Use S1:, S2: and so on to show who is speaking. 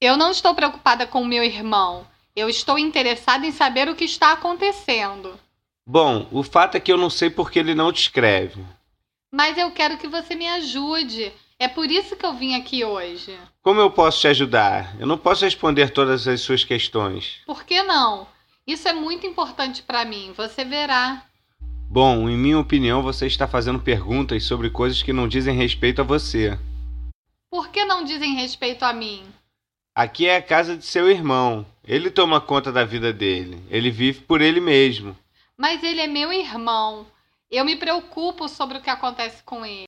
S1: Eu não estou preocupada com meu irmão. Eu estou interessada em saber o que está acontecendo.
S2: Bom, o fato é que eu não sei porque ele não te escreve.
S1: Mas eu quero que você me ajude. É por isso que eu vim aqui hoje.
S2: Como eu posso te ajudar? Eu não posso responder todas as suas questões.
S1: Por que não? Isso é muito importante para mim. Você verá.
S2: Bom, em minha opinião, você está fazendo perguntas sobre coisas que não dizem respeito a você.
S1: Por que não dizem respeito a mim?
S2: Aqui é a casa de seu irmão. Ele toma conta da vida dele. Ele vive por ele mesmo.
S1: Mas ele é meu irmão. Eu me preocupo sobre o que acontece com ele.